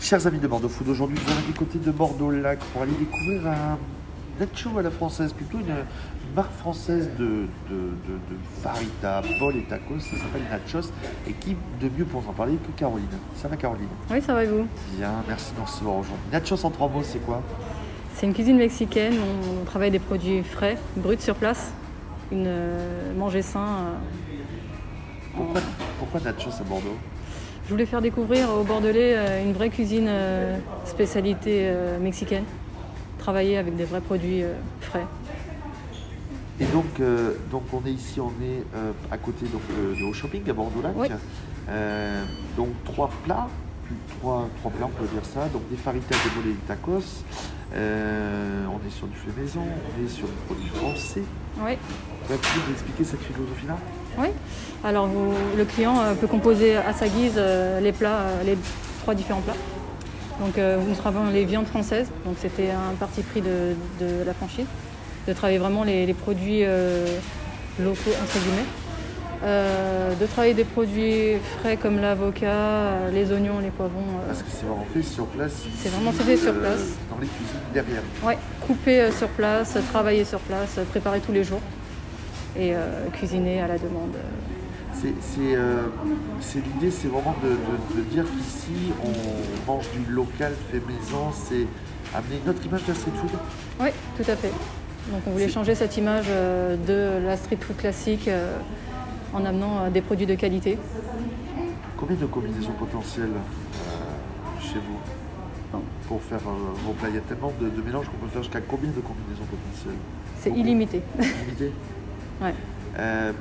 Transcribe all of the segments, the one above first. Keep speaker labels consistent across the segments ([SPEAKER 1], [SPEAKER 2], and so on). [SPEAKER 1] Chers amis de Bordeaux Food, aujourd'hui nous allons du côté de Bordeaux Lac pour aller découvrir un nacho à la française, plutôt une, une marque française de, de, de, de farita, bol et tacos, ça s'appelle Nachos, et qui de mieux pour en parler que Caroline. Ça va Caroline
[SPEAKER 2] Oui, ça va et vous
[SPEAKER 1] Bien, merci de nous recevoir aujourd'hui. Nachos en trois mots, c'est quoi
[SPEAKER 2] C'est une cuisine mexicaine, on, on travaille des produits frais, bruts sur place, une euh, manger sain. euh,
[SPEAKER 1] pourquoi, pourquoi Nachos à Bordeaux
[SPEAKER 2] Je voulais faire découvrir aux Bordelais euh, une vraie cuisine euh, spécialité euh, mexicaine, travailler avec des vrais produits euh, frais.
[SPEAKER 1] Et donc, euh, donc on est ici, on est euh, à côté donc, euh, de Haut Shopping à Bordeaux-Lac.
[SPEAKER 2] Oui.
[SPEAKER 1] Euh, donc trois plats, plus trois, trois plats on peut dire ça. Donc des faritas, des bolets, des tacos. Euh, on est sur du fait maison, on est sur du produit français. Bah,
[SPEAKER 2] Oui.
[SPEAKER 1] Vous pouvez expliquer cette philosophie-là
[SPEAKER 2] Oui. Alors vous- le client euh, peut composer à sa guise euh, les plats, euh, les trois différents plats. Donc euh, nous travaillons les viandes françaises, donc c'était un parti pris de, de la franchise, de travailler vraiment les, les produits euh, locaux entre guillemets. Euh, de travailler des produits frais comme l'avocat, euh, les oignons, les poivrons. euh,
[SPEAKER 1] Parce que c'est vraiment fait sur place. ici,
[SPEAKER 2] C'est vraiment fait sur
[SPEAKER 1] euh,
[SPEAKER 2] place.
[SPEAKER 1] Dans les cuisines derrière.
[SPEAKER 2] Ouais, couper euh, sur place, euh, travailler sur place, euh, préparer tous les jours et euh, cuisiner à la demande. euh,
[SPEAKER 1] C'est c'est, euh, c'est l'idée, c'est vraiment de, de- de dire qu'ici on mange du local fait maison. C'est amener notre image de la street food.
[SPEAKER 2] Oui, tout à fait. Donc on voulait
[SPEAKER 1] C'est-
[SPEAKER 2] changer cette image euh, de la street food classique euh, en amenant euh, des produits de qualité.
[SPEAKER 1] Combien de combinaisons potentielles euh, chez vous pour faire euh, vos plats Il y a tellement de, de mélanges qu'on peut faire jusqu'à combien de combinaisons potentielles
[SPEAKER 2] C'est
[SPEAKER 1] Beaucoup.
[SPEAKER 2] illimité.
[SPEAKER 1] Limité
[SPEAKER 2] Ouais.
[SPEAKER 1] Euh,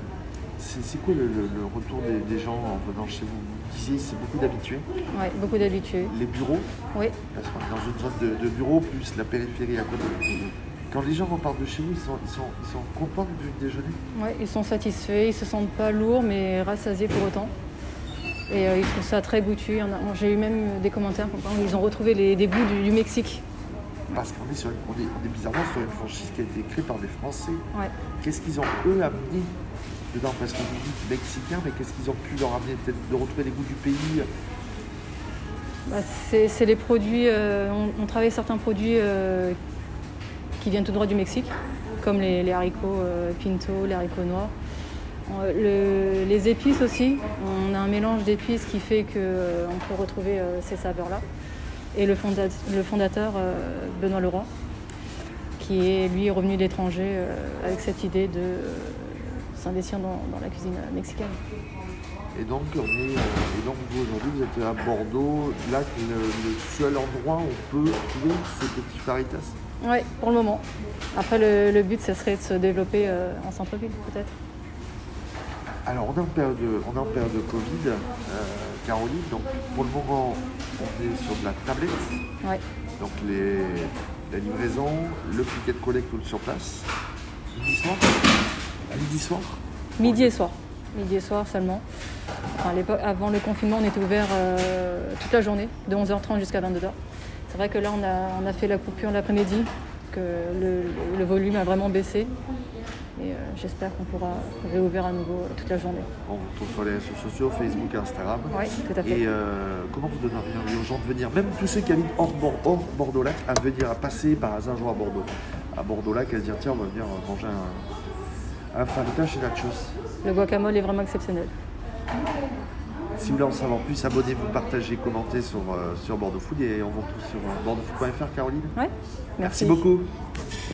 [SPEAKER 1] c'est c'est quoi le, le- le retour des, des gens en venant chez vous Vous disiez c'est beaucoup d'habitués.
[SPEAKER 2] Ouais, beaucoup d'habitués.
[SPEAKER 1] Les bureaux,
[SPEAKER 2] Oui,
[SPEAKER 1] parce qu'on est dans une zone de, de bureaux plus la périphérie à côté. Quand les gens repartent de chez vous, ils sont, ils sont, ils sont contents du déjeuner.
[SPEAKER 2] ouais, ils sont satisfaits, ils se sentent pas lourds mais rassasiés pour autant. Et euh, ils trouvent ça très goûtu. Il y en a- J'ai eu même des commentaires comme quoi ils ont retrouvé les, des goûts du, du Mexique.
[SPEAKER 1] Parce qu'on est, sur une- on est- on est bizarrement sur une franchise qui a été créée par des Français.
[SPEAKER 2] Ouais.
[SPEAKER 1] Qu'est-ce qu'ils ont eux amené dedans Parce qu'on nous dit mexicain, mais qu'est-ce qu'ils ont pu leur amener Peut-être de retrouver les goûts du pays.
[SPEAKER 2] Bah, c'est c'est les produits, euh, on, on travaille certains produits euh, qui viennent tout droit du Mexique, comme les, les haricots euh, pinto, les haricots noirs. On- le- les épices aussi, on a un mélange d'épices qui fait qu'on peut retrouver euh, ces saveurs-là. Et le, fonda- le fondateur, euh, Benoît Laurent, qui est lui revenu d'étranger euh, avec cette idée de euh, s'investir dans, dans la cuisine euh, mexicaine.
[SPEAKER 1] Et donc, on est, euh, et donc vous aujourd'hui, vous êtes à Bordeaux, là, le, le seul endroit où on peut trouver ces petits faritas.
[SPEAKER 2] Oui, pour le moment. Après, le, le but, ce serait de se développer euh, en centre-ville, peut-être.
[SPEAKER 1] Alors, on est en période, on est en période de Covid, euh, Caroline. Donc, pour le moment, on est sur de la tablette.
[SPEAKER 2] Ouais.
[SPEAKER 1] Donc, les, la livraison, le ticket de collecte ou le sur place. Midi soir Midi soir
[SPEAKER 2] Midi et soir. Midi et soir seulement. Enfin, à l'époque- avant le confinement, on était ouvert euh, toute la journée, de 11h30 jusqu'à 22h. C'est vrai que là, on a, on a fait la coupure l'après-midi, que le, le volume a vraiment baissé. Et euh, j'espère qu'on pourra réouvrir à nouveau euh, toute la journée.
[SPEAKER 1] On vous retrouve sur les réseaux sociaux, Facebook, Instagram.
[SPEAKER 2] Oui, tout à fait.
[SPEAKER 1] Et euh, comment vous donneriez envie aux gens de venir, même tous ceux qui habitent hors, Bor- hors Bordeaux-Lac, à venir, à passer par hasard un jour à Bordeaux À Bordeaux-Lac, à se dire tiens, on va venir euh, manger un, un farita chez Nachos.
[SPEAKER 2] Le guacamole est vraiment exceptionnel.
[SPEAKER 1] Si vous voulez en savoir plus, abonnez-vous, partagez, commentez sur, euh, sur Bordeaux Food et on vous retrouve sur euh, bordeauxfood.fr, Caroline.
[SPEAKER 2] Ouais.
[SPEAKER 1] beaucoup.